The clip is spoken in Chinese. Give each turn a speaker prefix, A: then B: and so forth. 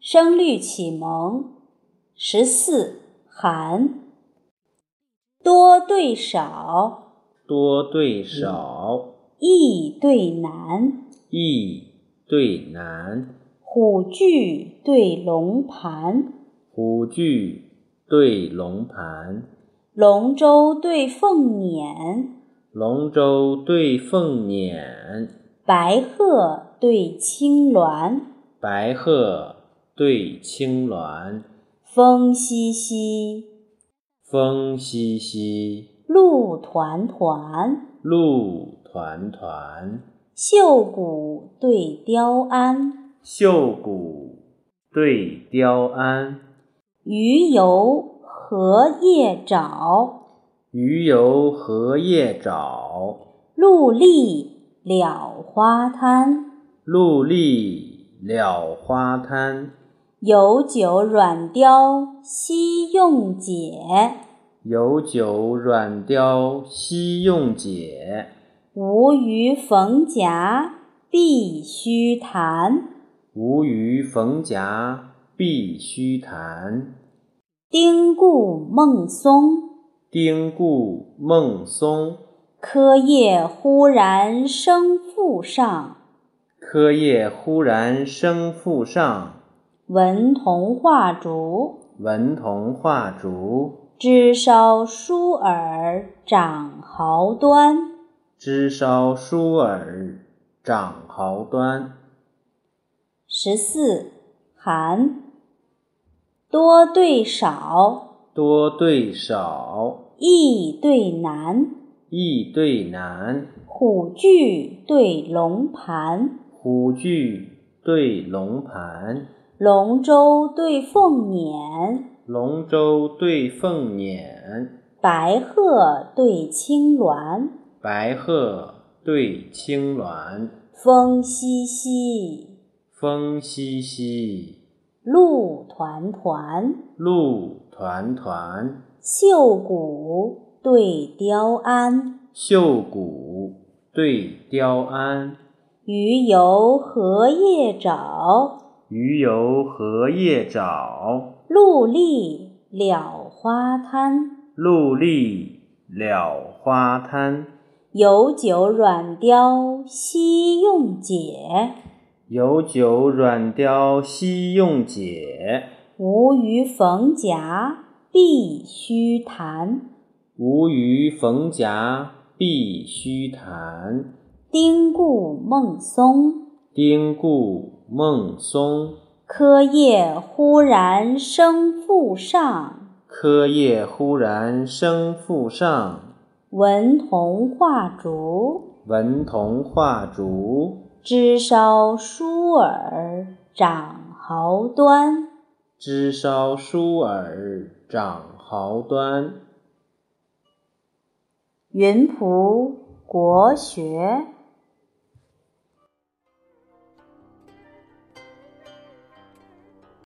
A: 声律启蒙十四寒，多对少，
B: 多对少，
A: 易对难，
B: 易对难，
A: 虎踞对龙盘，
B: 虎踞对龙盘，
A: 龙舟对凤辇，
B: 龙舟对凤辇，
A: 白鹤对青鸾，
B: 白鹤对青鸾，
A: 风淅淅，
B: 风淅淅，
A: 露团团，
B: 路团团，
A: 秀谷对雕鞍，
B: 秀谷对雕鞍，
A: 鱼游荷叶沼，
B: 鱼游荷叶沼，
A: 陆立了花滩，
B: 陆立了花滩，
A: 有酒软雕惜用解，
B: 有酒软雕惜用解。
A: 无鱼逢夹必须弹。
B: 无鱼逢夹必须弹，
A: 丁固梦松，
B: 丁固梦松。
A: 柯叶忽然生复上。
B: 柯叶忽然生复上，
A: 闻童话竹，
B: 闻童画竹。
A: 枝梢疏耳长毫端。
B: 枝梢疏耳长毫端，
A: 十四寒，多对少，
B: 多对少，
A: 易对难，
B: 易对难。
A: 虎踞对龙盘，
B: 虎踞对龙盘，
A: 龙舟对凤辇，
B: 龙舟对凤辇，
A: 白鹤对青鸾，
B: 白鹤对青鸾。
A: 风淅淅，
B: 风淅淅，
A: 露团团，
B: 路团团。
A: 秀谷对雕鞍，
B: 秀谷对雕鞍，
A: 鱼游荷叶沼，
B: 鱼游荷叶沼。
A: 陆立了花滩。
B: 陆立了花滩，
A: 有酒软雕惜用解，
B: 有酒软雕惜用解。
A: 无鱼逢夹必须弹。
B: 无鱼逢夹必须弹，
A: 丁固梦松，
B: 丁固梦松。
A: 柯叶忽然生复上。
B: 柯叶忽然生复上，
A: 闻童话竹，
B: 闻童画竹。
A: 枝梢疏耳长毫端。
B: 枝梢疏耳长毫端。
A: 云浦国学。